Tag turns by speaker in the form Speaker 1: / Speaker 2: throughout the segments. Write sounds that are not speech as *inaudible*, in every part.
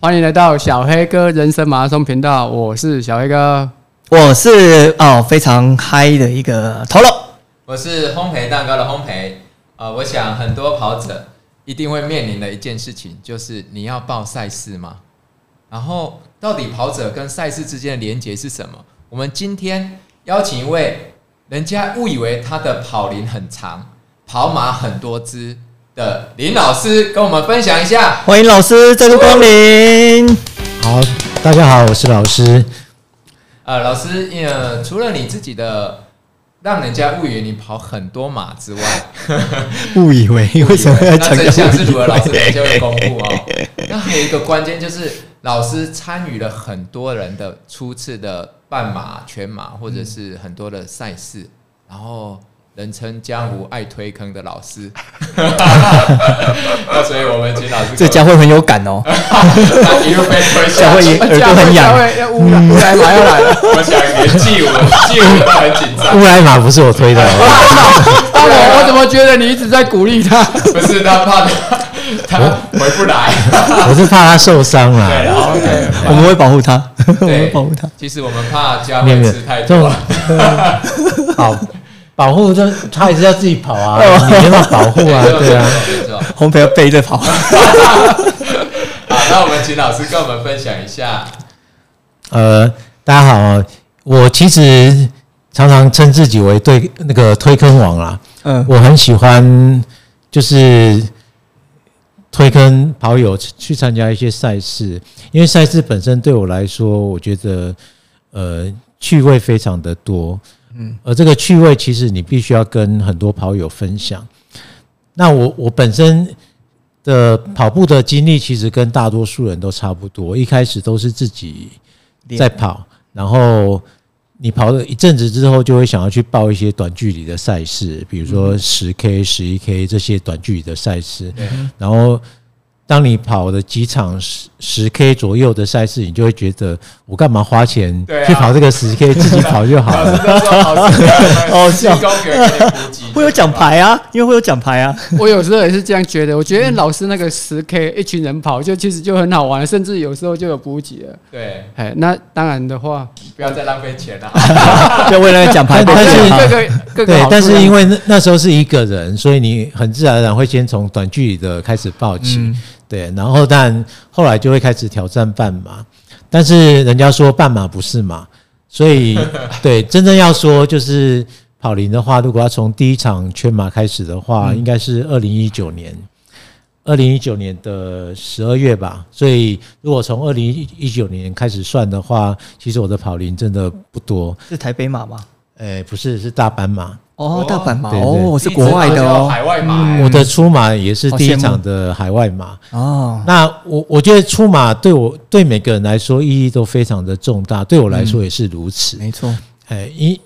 Speaker 1: 欢迎来到小黑哥人生马拉松频道，我是小黑哥。
Speaker 2: 我是哦非常嗨的一个头龙，
Speaker 3: 我是烘焙蛋糕的烘焙。呃，我想很多跑者一定会面临的一件事情，就是你要报赛事吗？然后，到底跑者跟赛事之间的连结是什么？我们今天邀请一位人家误以为他的跑龄很长、跑马很多支的林老师，跟我们分享一下。
Speaker 2: 欢迎老师再度光临。
Speaker 4: 好，大家好，我是老师。
Speaker 3: 呃，老师，呃，除了你自己的让人家误以为你跑很多马之外，
Speaker 4: 误以为为什么要
Speaker 3: 那
Speaker 4: 强
Speaker 3: 真相是如
Speaker 4: 调
Speaker 3: 何？
Speaker 4: 误
Speaker 3: 老
Speaker 4: 以
Speaker 3: 师
Speaker 4: 为？
Speaker 3: 等一下会公布哦。那还有一个关键就是，老师参与了很多人的初次的半马、全马，或者是很多的赛事，然后人称江湖爱推坑的老
Speaker 4: *laughs*
Speaker 3: 师。那所以我们请老师
Speaker 2: 这
Speaker 3: 江
Speaker 2: 家会很有感哦，
Speaker 3: 他一路被推
Speaker 2: 家
Speaker 3: 下
Speaker 2: 会
Speaker 3: 去，
Speaker 2: 也 *laughs* 耳朵很
Speaker 1: 下
Speaker 2: 痒。
Speaker 1: 位要污染，污染马要来了，
Speaker 3: 我想连季文，季文都很紧张。
Speaker 4: *laughs* 乌来马不是我推的 *laughs* 哦，
Speaker 1: 啊我我怎么觉得你一直在鼓励他？ *laughs*
Speaker 3: 不是他怕他他回不来。
Speaker 4: 我是怕他受伤啊
Speaker 3: 对
Speaker 4: 啦。
Speaker 3: 好，OK。
Speaker 2: 我们会保护他，我们会
Speaker 3: 呃对
Speaker 2: 保护他。
Speaker 3: 其实我们怕嘉
Speaker 4: 没有
Speaker 3: 惠
Speaker 4: 没有
Speaker 3: 吃太多
Speaker 4: 这种
Speaker 3: 了。
Speaker 4: 好保护，就他还是要自己跑 *laughs* 啊，你没办法
Speaker 2: *laughs*
Speaker 4: 保护 *laughs* 啊，对啊。
Speaker 3: 没错，没错。没错
Speaker 2: 红培要背着跑。
Speaker 3: 好，那我们请老师跟我们分享一下。
Speaker 4: 呃，大家好哦，我其实常常称自己为对那个推坑王啊啦，
Speaker 2: 嗯，
Speaker 4: 我很喜欢就是推坑跑友去去参加一些赛事，因为赛事本身对我来说，我觉得呃趣味非常的多，嗯，而这个趣味其实你必须要跟很多跑友分享。那我我本身的跑步的经历其实跟大多数人都差不多，一开始都是自己
Speaker 2: 嗯
Speaker 4: 在跑，然后你跑了一阵子之后，就会想要去报一些短距离的赛事，比如
Speaker 1: 嗯
Speaker 4: 说十 K、十一 K 这些短距离的赛事。然后，当你跑了几场十十 K 左右的赛事，你就会觉得我干嘛花钱
Speaker 3: 对啊
Speaker 4: 去跑这个十
Speaker 1: *laughs*
Speaker 4: K，自己跑就好
Speaker 3: 老师
Speaker 4: 了。
Speaker 3: 在说
Speaker 2: *laughs*
Speaker 3: 老师
Speaker 2: 哦
Speaker 3: 在
Speaker 2: 是啊
Speaker 3: 公园给你补给，
Speaker 2: 会有奖牌啊，因为会有奖牌啊。
Speaker 1: 我有时候也是这样觉得。我觉得老师那个十 K 一群人跑，就其实就很好玩，甚至有时候就有补给了。
Speaker 3: 对，
Speaker 1: 哎，那当然的话，
Speaker 3: 不要再浪费
Speaker 2: *laughs*
Speaker 3: 钱了。
Speaker 2: 要为了奖牌 *laughs*
Speaker 4: 但
Speaker 2: 背
Speaker 1: 对
Speaker 2: 着
Speaker 4: 是
Speaker 2: 跑
Speaker 1: 各个各个啊
Speaker 4: 对
Speaker 1: 好，处
Speaker 4: 但是
Speaker 1: 让
Speaker 4: 因为那那时候是一个人，所以你很自然而然会先从短距离的开始报
Speaker 1: 嗯
Speaker 4: 起，
Speaker 2: 嗯
Speaker 4: 对，然后但后来就会开始挑战半马，但是人家说半马不是马，所
Speaker 2: *laughs*
Speaker 4: 以对真正要说就是跑龄的话，如果要从第一场全马开始的
Speaker 2: 嗯
Speaker 4: 话，应该是二零一九年。二零一九年的十二月吧，所以如果从二零一九年开始算的话，其实我的跑龄真的不多，
Speaker 2: 是台北马吗？
Speaker 4: 诶、不是是大阪马，
Speaker 2: 哦
Speaker 3: 哦，
Speaker 2: 大阪马
Speaker 4: 对对
Speaker 2: 哦，是国外的
Speaker 3: 你知道叫
Speaker 2: 哦。
Speaker 3: 海外买。
Speaker 4: 我的出马也是
Speaker 2: 好
Speaker 4: 第一
Speaker 2: 羡慕
Speaker 4: 场的海外马。
Speaker 2: 哦，
Speaker 4: 那我我觉得出马对我对每个人来说意义都非常的重大，对我来说也是如此。
Speaker 2: 没错，
Speaker 4: 哎、一、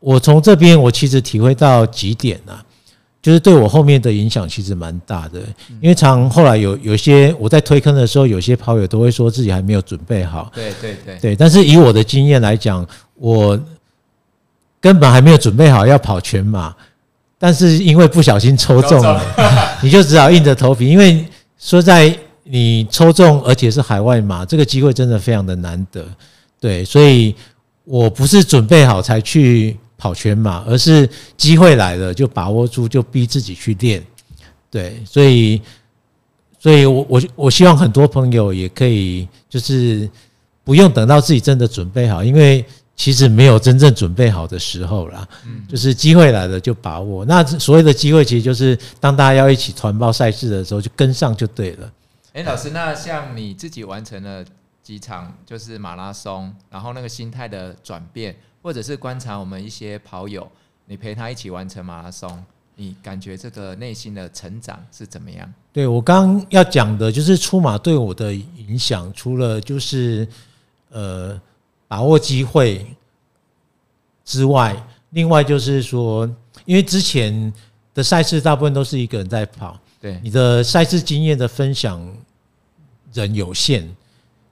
Speaker 4: 我从这边我其实体会到几点啊，就是对我后面的影响其实蛮大的，因为常后来有有些我在推坑的时候，有些跑友都会说自己还没有准备好，
Speaker 3: 对对对，
Speaker 4: 对，但是以我的经验来讲，我根本还没有准备好要跑全马，但是因为不小心抽中了， *laughs* 你就只好硬着头皮。因为说在你抽中，而且是海外马，这个机会真的非常的难得。对，所以我不是准备好才去跑全马，而是机会来了就把握住，就逼自己去练。对，所以，所以我我我希望很多朋友也可以就是不用等到自己真的准备好，因为其实没有真正准备好的时候啦。就是机会来了就把握。那所谓的机会，其实就是当大家要一起团报赛事的时候，就跟上就对了。
Speaker 3: 哎，老师，那像你自己完成了几场就是马拉松，然后那个心态的转变，或者是观察我们一些跑友，你陪他一起完成马拉松，你感觉这个内心的成长是怎么样？
Speaker 4: 对我刚刚要讲的就是出马对我的影响，除了就是呃把握机会之外，另外就是说，因为之前的赛事大部分都是一个人在跑，
Speaker 3: 对，
Speaker 4: 你的赛事经验的分享人有限，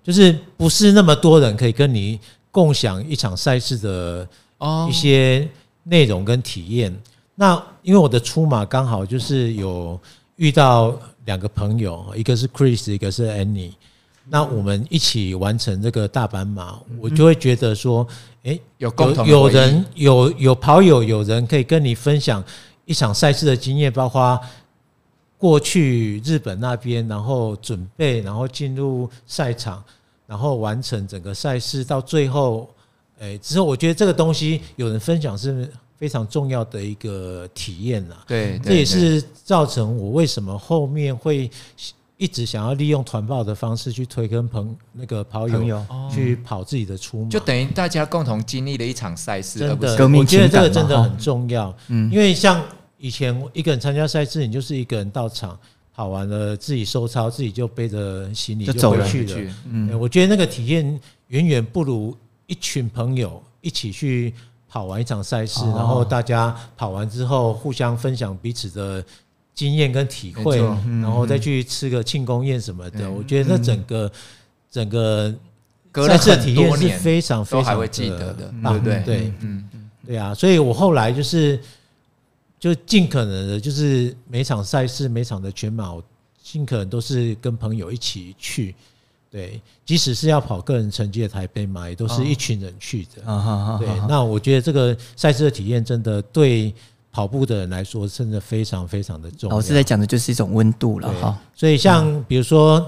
Speaker 4: 就是不是那么多人可以跟你共享一场赛事的
Speaker 3: 哦
Speaker 4: 一，些内容跟体验。那因为我的出马刚好就是有遇到两个朋友，一个是 Chris，一个是 Annie。那我们一起完成这个大斑马，
Speaker 3: 嗯
Speaker 4: 我就会觉得说，哎、
Speaker 3: 有共同的
Speaker 4: 有有
Speaker 3: 回忆
Speaker 4: 人有有跑友，有人可以跟你分享一场赛事的经验，包括过去日本那边，然后准备，然后进入赛场，然后完成整个赛事到最后，哎、之后我觉得这个东西有人分享是非常重要的一个体验啦。
Speaker 3: 对，
Speaker 4: 这也
Speaker 3: 对
Speaker 4: 是造成我为什么后面会一直想要利用团报的方式去推跟朋那个跑
Speaker 2: 朋友
Speaker 4: 友
Speaker 3: 哦
Speaker 4: 去跑自己的出马，
Speaker 3: 对就等于大家共同经历了一场赛事，而
Speaker 4: 真
Speaker 3: 不是
Speaker 4: 的，
Speaker 2: 革命
Speaker 4: 我觉得
Speaker 2: 情
Speaker 4: 这
Speaker 2: 感
Speaker 4: 个
Speaker 2: 嘛
Speaker 4: 真的
Speaker 2: 哈
Speaker 4: 很重要。
Speaker 2: 嗯
Speaker 4: 因为像以前一个人参加赛事，你就是一个人到场跑完了，自己收操，自己就背着行李
Speaker 2: 就走
Speaker 4: 回
Speaker 2: 了
Speaker 4: 去了。
Speaker 3: 去，
Speaker 4: 嗯，我觉得那个体验远远不如一群朋友一起去跑完一场赛事，
Speaker 2: 哦
Speaker 4: 然后大家跑完之后互相分享彼此的经验跟体会
Speaker 3: 没错，
Speaker 4: 然后再去吃个庆功宴什么的。
Speaker 3: 嗯
Speaker 4: 我觉得那整个整个
Speaker 3: 隔了
Speaker 4: 赛事的
Speaker 3: 很
Speaker 4: 体验
Speaker 3: 多
Speaker 4: 是
Speaker 3: 年
Speaker 4: 非常非
Speaker 3: 都
Speaker 4: 常
Speaker 3: 还会记得的，
Speaker 4: 棒
Speaker 3: 对不对？
Speaker 4: 对
Speaker 3: 嗯，
Speaker 4: 对啊，所以我后来就是就尽可能的，就是每场赛事、每场的全马，我尽可能都是跟朋友一起去。对，即使是要跑个人成绩的台北马，也都是一群人去的。
Speaker 2: 哦啊哈哈，
Speaker 4: 对
Speaker 2: 哈，哈
Speaker 4: 那我觉得这个赛事的体验真的对跑步的人来说，真的非常非常的重要。
Speaker 2: 老师在讲的就是一种温度了
Speaker 4: 对
Speaker 2: 哈。
Speaker 4: 所以像比如说，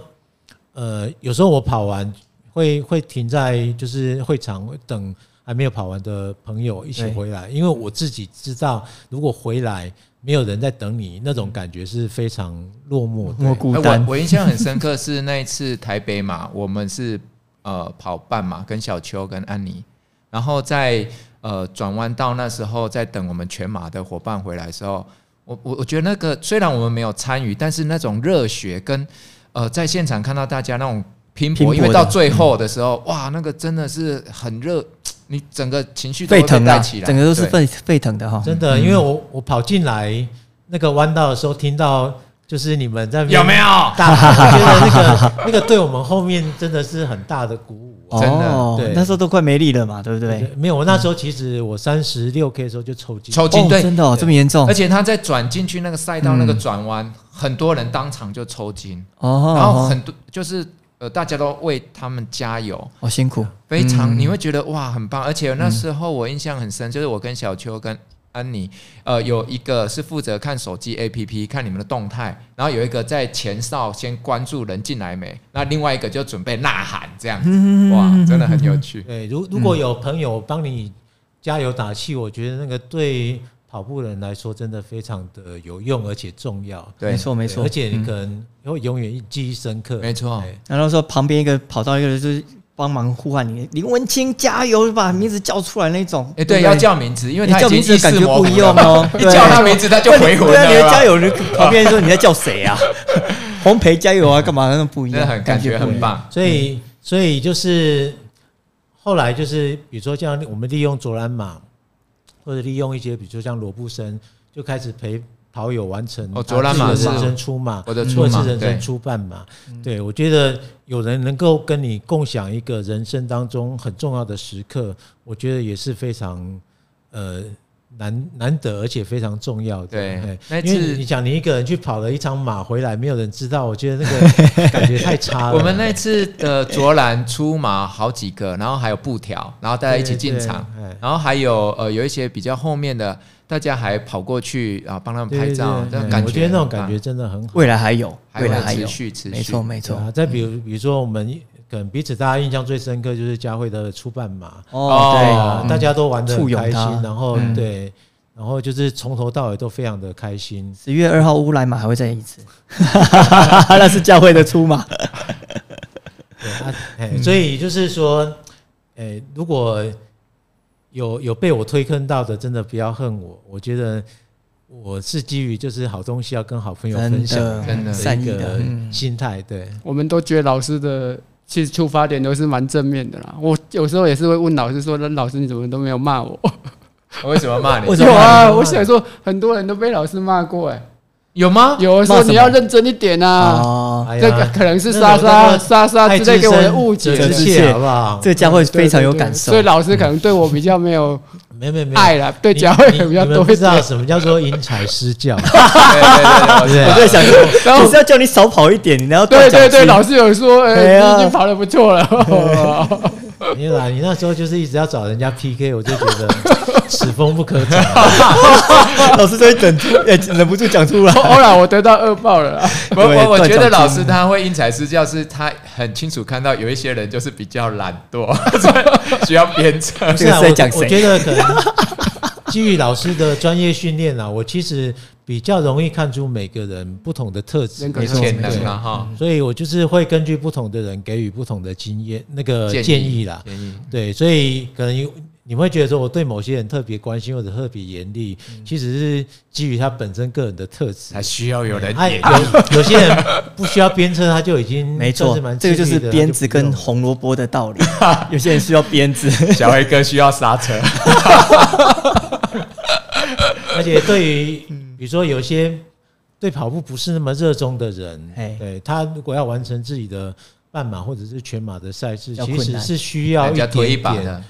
Speaker 4: 呃，有时候我跑完会会停在就是会场等还没有跑完的朋友一起
Speaker 2: 对
Speaker 4: 回来，因为我自己知道，如果回来没有人在等你，那种感觉是非常落寞的。
Speaker 2: 莫孤
Speaker 3: 哎
Speaker 2: 单
Speaker 3: 我我印象很深刻是那一次台北马，我们是呃跑半马，跟小邱跟安妮，然后在呃转弯道那时候在等我们全马的伙伴回来的时候，我我我觉得那个虽然我们没有参与，但是那种热血跟呃在现场看到大家那种拼
Speaker 2: 拼搏
Speaker 3: 搏，因为到
Speaker 2: 的嗯
Speaker 3: 最后的时候，哇，那个真的是很热，你整个情绪都会
Speaker 2: 沸
Speaker 3: 被
Speaker 2: 腾
Speaker 3: 带
Speaker 2: 啊，
Speaker 3: 起来，
Speaker 2: 整个都是
Speaker 3: 对
Speaker 2: 沸沸腾的哈。
Speaker 4: 真的，因为我我跑进来那个弯道的时候，听到就是你们在那边
Speaker 3: 有没有？
Speaker 2: 哦
Speaker 4: 大喊，我觉得那个 *laughs* 那个对我们后面真的是很大的鼓舞啊、
Speaker 3: 真的
Speaker 2: 哦
Speaker 4: 对
Speaker 2: 那时候都快没力了嘛，对不对？
Speaker 4: 没有，我那时候其实我三十六 K 的时候就抽筋，
Speaker 3: 抽筋
Speaker 2: 哦，
Speaker 3: 对，
Speaker 2: 真的哦，这么严重
Speaker 3: 而且他在转进去那个赛道那个转弯，很多人当场就抽筋，
Speaker 2: 哦，
Speaker 3: 然后
Speaker 2: 哦
Speaker 3: 很多就是呃，大家都为他们加油，
Speaker 2: 哦辛苦，
Speaker 3: 非常、
Speaker 2: 嗯
Speaker 3: 你会觉得哇很棒。而且那时候我印象很深，就是我跟小邱跟安妮，呃，有一个是负责看手机 APP 看你们的动态，然后有一个在前哨先关注人进来没，那另外一个就准备呐喊这样子，
Speaker 2: 嗯
Speaker 3: 哇，真的很
Speaker 2: *laughs*
Speaker 3: 有趣。
Speaker 4: 对，如如
Speaker 3: 嗯
Speaker 4: 果有朋友帮你加油打气，我觉得那个对跑步人来说真的非常的有用而且重要。
Speaker 3: 对
Speaker 2: 没，错没错
Speaker 4: 而。且你可能会永远记忆深刻。
Speaker 3: 没错
Speaker 4: 对
Speaker 2: 然后说旁边一个跑到一个人就是帮忙呼喊你林文清加油，把名字叫出来那种。
Speaker 3: 哎，对，
Speaker 2: 不
Speaker 3: 要叫名字，因为
Speaker 2: 你
Speaker 3: 他已
Speaker 2: 叫
Speaker 3: 经
Speaker 2: 名字
Speaker 3: 意
Speaker 2: 的感
Speaker 3: 识
Speaker 2: 觉
Speaker 3: 模糊
Speaker 2: 不一样
Speaker 3: 了。
Speaker 2: 哦
Speaker 3: *laughs* 一叫他名字他就回魂
Speaker 2: 对啊，
Speaker 3: 了，
Speaker 2: 你的
Speaker 3: 有没有
Speaker 2: 加油，人旁边说你在叫谁
Speaker 3: *laughs*
Speaker 2: 啊？烘焙加油啊，干嘛那种不一
Speaker 3: 真的
Speaker 2: 样，
Speaker 3: 很感觉
Speaker 2: 不一
Speaker 3: 很
Speaker 2: 样。
Speaker 3: 棒。
Speaker 4: 所以所以就是后来就是，比如说像我们利用卓兰马，或者利用一些，比如说像罗布森，就开始陪跑友完成
Speaker 3: 哦卓兰
Speaker 2: 马
Speaker 4: 他自己的
Speaker 2: 是
Speaker 4: 人生出马，
Speaker 3: 我的出
Speaker 4: 嗯或者
Speaker 3: 马
Speaker 4: 是人
Speaker 3: 嗯对
Speaker 4: 生出半马。
Speaker 3: 嗯
Speaker 4: 对我觉得有人能够跟你共享一个人生当中很重要的时刻，我觉得也是非常呃。难难得，而且非常重要的。
Speaker 3: 对
Speaker 4: 哎
Speaker 3: 那
Speaker 4: 因为
Speaker 3: 次
Speaker 4: 你想，你一个人去跑了一场马回来，没有人知道，我觉得那个感觉太差
Speaker 3: *laughs* 我
Speaker 4: 了。
Speaker 3: 们那次的卓兰出马好几个，然后还有布条，然后大家一起进场，
Speaker 4: 对对对
Speaker 3: 然后还有呃有一些比较后面的，大家还跑过去啊帮他们
Speaker 4: 对
Speaker 3: 拍
Speaker 4: 对
Speaker 3: 照，
Speaker 4: 对
Speaker 3: 那
Speaker 4: 对
Speaker 3: 感觉
Speaker 4: 我觉得那种
Speaker 3: 很棒
Speaker 4: 感觉真的很好。
Speaker 2: 未来还有，
Speaker 3: 还
Speaker 2: 未来还
Speaker 3: 会持
Speaker 2: 有，
Speaker 3: 续持续，
Speaker 2: 没错没错。
Speaker 4: 啊，再比如比如说我们可能彼此大家印象最深刻就是佳慧的初半马，
Speaker 2: 哦，
Speaker 4: 对
Speaker 2: 对
Speaker 4: 啊，大家都玩的
Speaker 2: 簇拥
Speaker 4: 开心，
Speaker 2: 她
Speaker 4: 然后
Speaker 2: 嗯
Speaker 4: 对，然后就是从头到尾都非常的开心。
Speaker 2: 十月二号乌来马还会再一次， *laughs* 那是教会的出马。
Speaker 4: 对啊，哎所以就是说，哎，如果有有被我推坑到的，真的不要恨我，我觉得。我是基于就是好东西要跟好朋友分享
Speaker 2: 真的
Speaker 3: 真的
Speaker 4: 的
Speaker 2: 善
Speaker 4: 一
Speaker 2: 意的
Speaker 4: 个
Speaker 2: 嗯
Speaker 4: 心态，对，
Speaker 1: 我们都觉得老师的其实出发点都是蛮正面的啦。我有时候也是会问老师说：“那老师你怎么都没有骂我
Speaker 3: 我为什么骂你
Speaker 2: 为？”什么
Speaker 1: *laughs* 有
Speaker 2: 骂
Speaker 1: 啊，
Speaker 2: 你
Speaker 1: 我想说很多人都被老师骂过哎、
Speaker 3: 有
Speaker 4: *laughs*
Speaker 3: 吗？
Speaker 1: 有的时候
Speaker 2: 骂什么
Speaker 1: 你要认真一点啊。
Speaker 2: 哦，
Speaker 4: 哎呀
Speaker 1: 这个可能是
Speaker 4: 那
Speaker 1: 莎
Speaker 4: 种
Speaker 1: 莎
Speaker 4: 那个
Speaker 1: 莎莎之类给我的误解
Speaker 4: 爱之深责
Speaker 2: 真
Speaker 4: 之
Speaker 2: 是
Speaker 4: 切好不好？
Speaker 2: 这个教会非常有
Speaker 1: 对对
Speaker 2: 感
Speaker 1: 对
Speaker 2: 受
Speaker 1: 所以。老师可能对我比较没有
Speaker 4: 没有没有没有，
Speaker 1: 爱啦，对
Speaker 4: *laughs* 你
Speaker 1: 脚会
Speaker 4: 你
Speaker 1: 比较
Speaker 4: 你们
Speaker 1: 多
Speaker 4: 不
Speaker 1: 一
Speaker 4: 知道
Speaker 1: 点。
Speaker 4: 什么叫做因材施教，
Speaker 3: 对对对，
Speaker 2: 我
Speaker 3: 我
Speaker 2: 在
Speaker 3: 在
Speaker 2: 想
Speaker 3: 想，
Speaker 2: 说，
Speaker 1: 然
Speaker 2: 我
Speaker 1: 后
Speaker 2: 是要叫你少跑一点，你要断
Speaker 1: 对
Speaker 2: 脚
Speaker 1: 对对，
Speaker 2: 筋
Speaker 1: 老师有说，
Speaker 2: 对
Speaker 1: 呃，
Speaker 2: 啊
Speaker 1: 你已经跑得不错哦了。
Speaker 4: 没有啦，你那时候就是一直要找人家 PK，我就觉得此风不可长。啊
Speaker 2: 老师就会 *laughs* 忍住，呃忍不住讲出来。
Speaker 1: 欧哦啦，我得到恶报了啦。啊
Speaker 3: 我
Speaker 2: 对
Speaker 3: 我我
Speaker 2: 断
Speaker 3: 觉
Speaker 2: 脚
Speaker 3: 得老
Speaker 2: 筋
Speaker 3: 师他会因材施教，是他很清楚看到有一些人就是比较懒惰， *laughs* 所以需要鞭策。
Speaker 4: 不是
Speaker 2: *laughs* 这个
Speaker 4: 啊
Speaker 2: 是在讲谁
Speaker 4: 我我觉得可能基于老师的专业训练啊，我其实比较容易看出每个人不同的特质
Speaker 1: 人格
Speaker 3: 你
Speaker 1: 没错
Speaker 3: 潜
Speaker 1: 没
Speaker 3: 能
Speaker 1: 错
Speaker 3: 啊哈，
Speaker 4: 所以我就是会根据不同的人给予不同的经验那个呃建议啦。
Speaker 3: 建议
Speaker 4: 对，所以可能有你们会觉得说我对某些人特别关心或者特别严厉，
Speaker 2: 嗯
Speaker 4: 其实是基于他本身个人的特质
Speaker 3: 才。需要有人
Speaker 4: 哎，
Speaker 3: 演
Speaker 4: 有有些人不需要鞭策，他就已经
Speaker 2: 没
Speaker 4: 算
Speaker 2: 错
Speaker 4: 是蛮，
Speaker 2: 这个就
Speaker 4: 自律
Speaker 2: 是
Speaker 4: 的
Speaker 2: 鞭子
Speaker 4: 他就
Speaker 2: 跟
Speaker 4: 不用
Speaker 2: 红萝卜的道理。 *laughs* 有些人需要鞭 *laughs* 子，
Speaker 3: *laughs* 小黑哥需要刹
Speaker 4: *laughs*
Speaker 3: 车，
Speaker 4: 而且对于
Speaker 2: 嗯
Speaker 4: 比如说有些对跑步不是那么热衷的人，
Speaker 2: 哎
Speaker 4: 对他如果要完成自己的半马或者是全马的赛事，
Speaker 2: 要
Speaker 4: 其
Speaker 2: 困
Speaker 4: 实
Speaker 2: 难
Speaker 4: 是需要
Speaker 3: 人
Speaker 4: 一
Speaker 3: 家
Speaker 4: 点
Speaker 3: 推一把
Speaker 4: 点
Speaker 3: 的，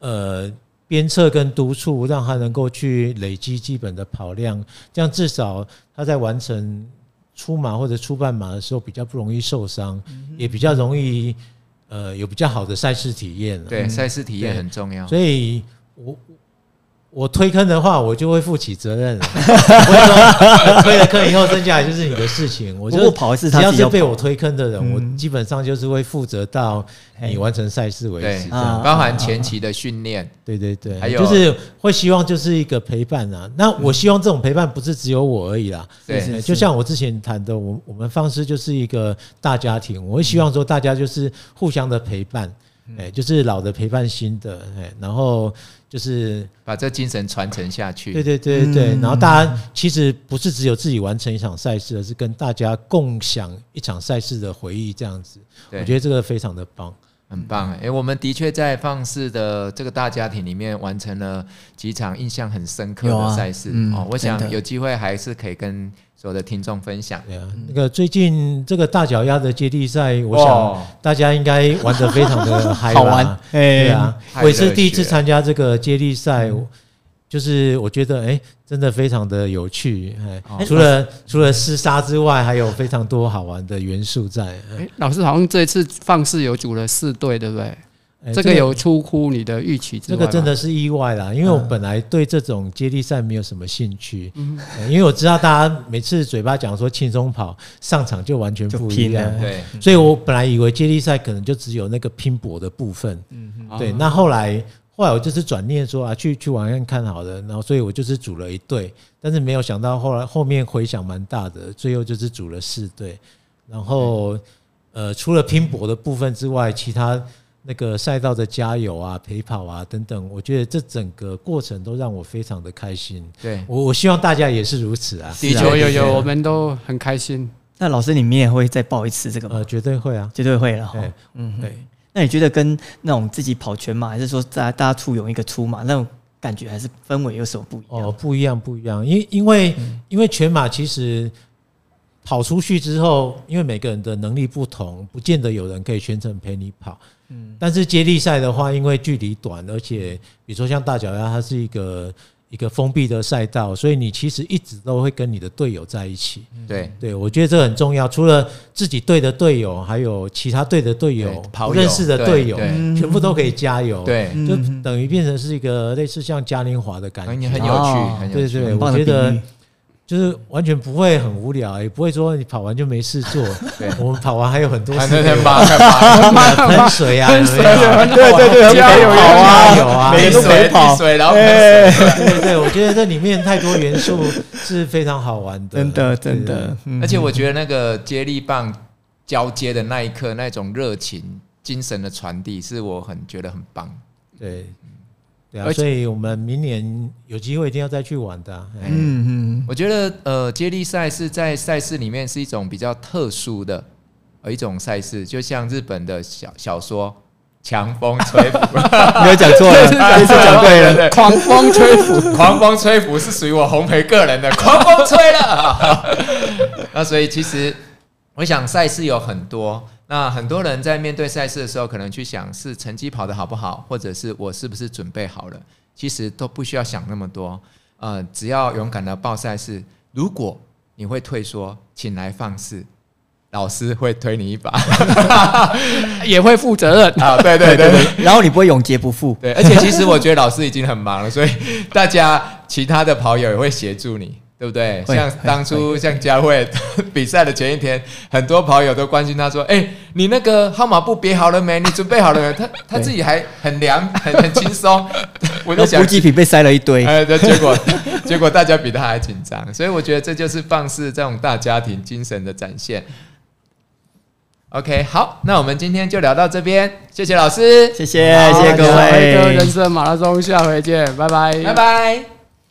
Speaker 4: 呃鞭策跟督促，让他能够去累积基本的跑量，这样至少他在完成出马或者出半马的时候比较不容易受伤，
Speaker 2: 嗯
Speaker 4: 也比较容易呃有比较好的赛事体验了。
Speaker 3: 对赛事体验
Speaker 4: 嗯对
Speaker 3: 很重要。
Speaker 4: 所以我我推坑的话，我就会负起责
Speaker 3: *laughs*
Speaker 4: 任了。我会说推了坑以后，剩下来就是你的事情。我
Speaker 2: 不
Speaker 4: 就
Speaker 2: 过跑一次
Speaker 4: 只
Speaker 2: 他
Speaker 4: 要
Speaker 2: 自己
Speaker 4: 是
Speaker 2: 要
Speaker 4: 被
Speaker 2: 跑。
Speaker 4: 我推坑的人，
Speaker 2: 嗯
Speaker 4: 我基本上就是会负责到你完成赛事为
Speaker 3: 哎对
Speaker 4: 止。，这
Speaker 2: 啊
Speaker 4: 样
Speaker 3: 包含前期的训练，
Speaker 4: 对对对，
Speaker 3: 还有
Speaker 4: 就是会希望就是一个陪伴啊。那我希望这种陪伴不是只有我而已啦。
Speaker 3: 对
Speaker 2: 是
Speaker 4: 对就像我之前谈的，我我们放师就是一个大家庭，我会希望说大家就是互相的陪伴，
Speaker 3: 嗯
Speaker 4: 哎，就是老的陪伴新的，哎，然后就是
Speaker 3: 把这精神传承下
Speaker 4: 对
Speaker 3: 去。
Speaker 4: 对对对对，
Speaker 2: 嗯
Speaker 4: 然后大家其实不是只有自己完成一场赛事，而是跟大家共享一场赛事的回忆，这样子，我觉
Speaker 3: 对，
Speaker 4: 得这个非常的棒。
Speaker 3: 很棒。哎，我们的确在放肆的这个大家庭里面完成了几场印象很深刻
Speaker 2: 有
Speaker 3: 的
Speaker 2: 啊
Speaker 3: 赛事
Speaker 2: 嗯
Speaker 3: 哦。我
Speaker 2: 真
Speaker 3: 想
Speaker 2: 的
Speaker 3: 有机会还是可以跟所有的听众分享。
Speaker 4: 对啊，那个最近这个大脚丫的接力赛，我想
Speaker 3: 哇
Speaker 4: 大家应该玩的非常的嗨吧
Speaker 2: 好玩
Speaker 4: 对啊，
Speaker 3: 哎
Speaker 4: 我也是第一次参加这个接力赛，我就是我觉得哎、真的非常的有趣，哎、
Speaker 3: 哦
Speaker 4: 除了除了厮杀之外，还有非常多好玩的元素在。哎
Speaker 1: 哎老师好像这次放肆有组了四队，对不对？
Speaker 4: 哎
Speaker 1: 这个有出乎你的预期之
Speaker 4: 这
Speaker 1: 外
Speaker 4: 个
Speaker 1: 吗。
Speaker 4: 真的是意外啦，因为我本来对这种接力赛没有什么兴趣，呃因为我知道大家每次嘴巴讲说轻松跑，上场就完全
Speaker 2: 就
Speaker 4: 不一
Speaker 2: 拼了
Speaker 4: 样。
Speaker 3: 对，
Speaker 4: 所以我本来以为接力赛可能就只有那个拼搏的部分，
Speaker 2: 嗯
Speaker 1: 啊
Speaker 4: 对。那后来后来我就是转念说啊，去去玩看看好了，然后所以我就是组了一队，但是没有想到后来后面回响蛮大的，最后就是组了四队，然后呃除了拼搏的部分之外，其他。那个赛道的加油啊、陪跑啊等等，我觉得这整个过程都让我非常的开心。
Speaker 3: 对，
Speaker 4: 我我希望大家也是如此啊，
Speaker 3: 的确
Speaker 1: 有有
Speaker 3: 对对
Speaker 1: 有，我们都很开心。
Speaker 2: 那老师，你明年会再报一次这个吗
Speaker 4: 呃，？绝对会啊，
Speaker 2: 绝对会了哈。
Speaker 4: 对
Speaker 2: 嗯哼，
Speaker 4: 对。
Speaker 2: 那你觉得跟那种自己跑全马，还是说大家大家簇拥一个出马那种感觉，还是氛围有什么不一
Speaker 4: 哦，
Speaker 2: 样？
Speaker 4: 不一样，不一样，因因为、
Speaker 3: 嗯
Speaker 4: 因为全马其实跑出去之后，因为每个人的能力不同，不见得有人可以全程陪你跑。
Speaker 2: 嗯，
Speaker 4: 但是接力赛的话，因为距离短，而且
Speaker 3: 嗯
Speaker 4: 比如说像大脚丫，它是一个一个封闭的赛道，所以你其实一直都会跟你的队友在一起。
Speaker 3: 对，
Speaker 4: 对，我觉得这很重要。除了自己队的队友，还有其他队的队友
Speaker 3: 对、跑
Speaker 4: 不
Speaker 3: 友
Speaker 4: 认识的
Speaker 3: 对
Speaker 4: 队友，
Speaker 3: 对
Speaker 4: 全部都可以加油。，
Speaker 3: 对，
Speaker 4: 就
Speaker 2: 嗯哼
Speaker 4: 等于变成是一个类似像嘉年华的感觉，
Speaker 3: 很很有
Speaker 2: 哦
Speaker 3: 趣，很有
Speaker 4: 对
Speaker 3: 趣。
Speaker 4: 对，
Speaker 2: 很
Speaker 4: 我
Speaker 2: 棒的
Speaker 4: 觉
Speaker 2: 比
Speaker 4: 得
Speaker 2: 喻
Speaker 4: 就是完全不会很无聊，也不会说你跑完就没事做。
Speaker 3: 对啊
Speaker 4: 我们跑完还
Speaker 3: *laughs*
Speaker 4: 有很多
Speaker 3: 还
Speaker 4: 事
Speaker 3: 在那
Speaker 4: 情，
Speaker 3: 八
Speaker 4: *laughs*
Speaker 3: 八，
Speaker 4: 喷水啊，有没有
Speaker 2: 对对对
Speaker 1: 加油
Speaker 2: 好
Speaker 1: 加油！
Speaker 2: 啊
Speaker 4: *laughs* 加油啊！
Speaker 2: 每
Speaker 4: 对
Speaker 2: 个都
Speaker 3: 水
Speaker 2: 陪跑
Speaker 3: 滴水，然后
Speaker 4: 哎
Speaker 3: 喷水。
Speaker 4: 对对，我觉得这里面太多元素是非常好玩的，
Speaker 2: *laughs* 真的真
Speaker 4: 对
Speaker 2: 的，嗯
Speaker 3: 而且我觉得那个接力棒交接的那一刻，那种热情、精神的传递，是我很觉得很棒。
Speaker 4: 对对啊，
Speaker 1: 而且
Speaker 4: 所以我们明年有机会一定要再去玩的啊。哎
Speaker 2: 嗯嗯，
Speaker 3: 我觉得呃，接力赛是在赛事里面是一种比较特殊的呃一种赛事，就像日本的小小说《强风吹拂》
Speaker 2: 没有讲错
Speaker 1: *laughs*
Speaker 2: 了，这次讲对了。
Speaker 3: 狂风吹拂，狂风吹拂是属于我红培个人的，狂风吹了。 *laughs* 那所以其实我想赛事有很多，那很多人在面对赛事的时候，可能去想是成绩跑得好不好，或者是我是不是准备好了。其实都不需要想那么多，呃，只要勇敢的报赛事。如果你会退缩，请来放肆，老师会推你一把。
Speaker 1: 也会负责任。
Speaker 3: 啊，对对 *laughs* 对对
Speaker 2: 然后你不会永劫不复，
Speaker 3: 对，而且其实我觉得老师已经很忙了，所以大家其他的跑友也会协助你，对不对？
Speaker 2: 会
Speaker 3: 像
Speaker 2: 会
Speaker 3: 当初像佳慧 *laughs* 比赛的前一天，很多跑友都关心他说：“哎、你那个号码布别好了没？你准备好了没？”他他
Speaker 2: 对
Speaker 3: 自己还很凉，很很
Speaker 2: *laughs*
Speaker 3: 轻松。我就
Speaker 2: 然后
Speaker 3: 想
Speaker 2: 补，给品被塞了一堆，
Speaker 3: 哎，对，结果 *laughs* 结果大家比他还紧张，所以我觉得这就是放肆这种大家庭精神的展现。OK，好，那我们今天就聊到这边，谢谢老师，
Speaker 2: 谢谢谢
Speaker 1: 好
Speaker 2: 谢各
Speaker 1: 小
Speaker 2: 位
Speaker 1: 哥人生马拉松，下回见，拜拜，
Speaker 3: 拜拜。